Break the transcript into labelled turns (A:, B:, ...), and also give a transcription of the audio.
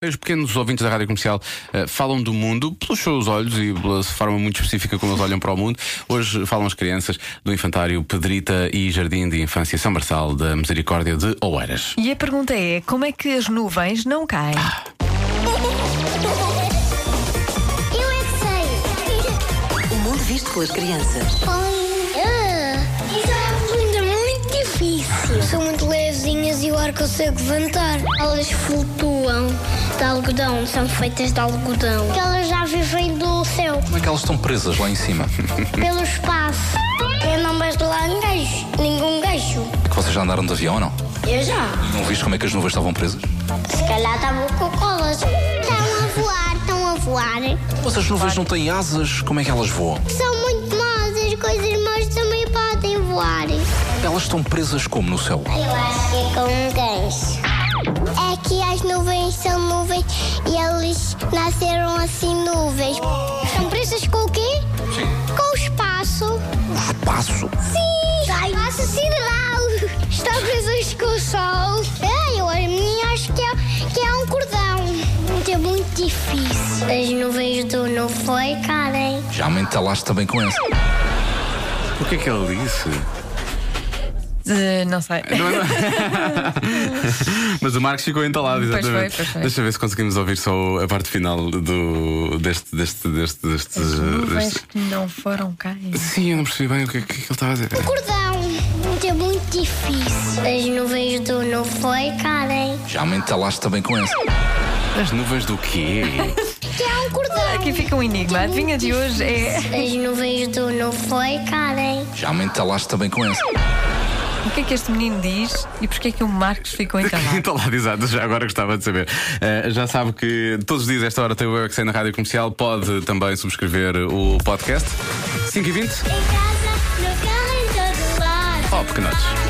A: Os pequenos ouvintes da Rádio Comercial eh, falam do mundo pelos seus olhos e pela forma muito específica como eles olham para o mundo. Hoje falam as crianças do Infantário Pedrita e Jardim de Infância São Marçal da Misericórdia de Oeiras.
B: E a pergunta é: como é que as nuvens não caem?
C: Eu é que sei.
D: O mundo visto pelas crianças.
C: Isso é uma pergunta muito difícil. São muito levezinhas e o ar consegue levantar. Elas flutuam de algodão, são feitas de algodão. Elas já vivem do céu,
E: Como é que elas estão presas lá em cima?
C: pelo espaço. Eu não vejo lá gajo, nenhum gajo.
E: É que vocês já andaram de avião ou não?
C: Eu já.
E: Não viste como é que as nuvens estavam presas?
C: Se calhar estavam com colas. Estão a voar, estão a voar.
E: Mas as nuvens não têm asas, como é que elas voam?
C: São muito más, as coisas más também podem voar.
E: Elas estão presas como no céu?
C: Eu acho que é com um gancho. É que as nuvens são nuvens e eles nasceram assim nuvens. São presas com o quê? Sim. Com o espaço.
E: O um espaço.
C: Sim! Espaço sideral! Estão presas com o sol. É, eu a minha acho que é, que é um cordão. Muito, é muito difícil. As nuvens do não foi, Karen.
E: Já me entalaste também com essa.
A: O que é que ele disse?
B: Eh, não sei.
A: Mas o Marcos ficou entalado,
B: Pois foi,
A: exatamente.
B: pois foi.
A: Deixa eu ver se conseguimos ouvir só a parte final do, deste. deste, deste, deste,
B: As nuvens
A: deste-
B: que não foram caem.
A: Sim, eu não percebi bem o que, o que é que ele estava a dizer.
C: Cordão. Muito, é muito difícil. As nuvens do não foi, Karen.
E: Já me entalaste também com essa.
A: As nuvens do quê?
C: Que é um cordão.
B: Aqui fica um enigma. A adivinha de hoje é:
C: As nuvens do não foi, Karen.
E: Já me entalaste também com essa.
B: o que é que este menino diz e porquê é que o Marcos ficou entalado?
A: Entalado, exato, já agora gostava de saber. Eh, já sabe que todos os dias, esta hora, tem o Eu É Que Sei na rádio comercial. Pode também subscrever o podcast. 5 e 20
C: Em casa, no carro, em todo lado.
A: Oh, pequenotes.